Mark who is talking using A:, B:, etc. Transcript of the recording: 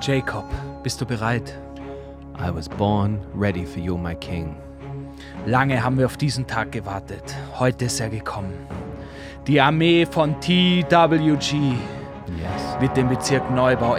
A: Jacob, bist du bereit?
B: I was born ready for you, my king.
A: Lange haben wir auf diesen Tag gewartet. Heute ist er gekommen. Die Armee von TWG
B: Yes.
A: wird den Bezirk Neubau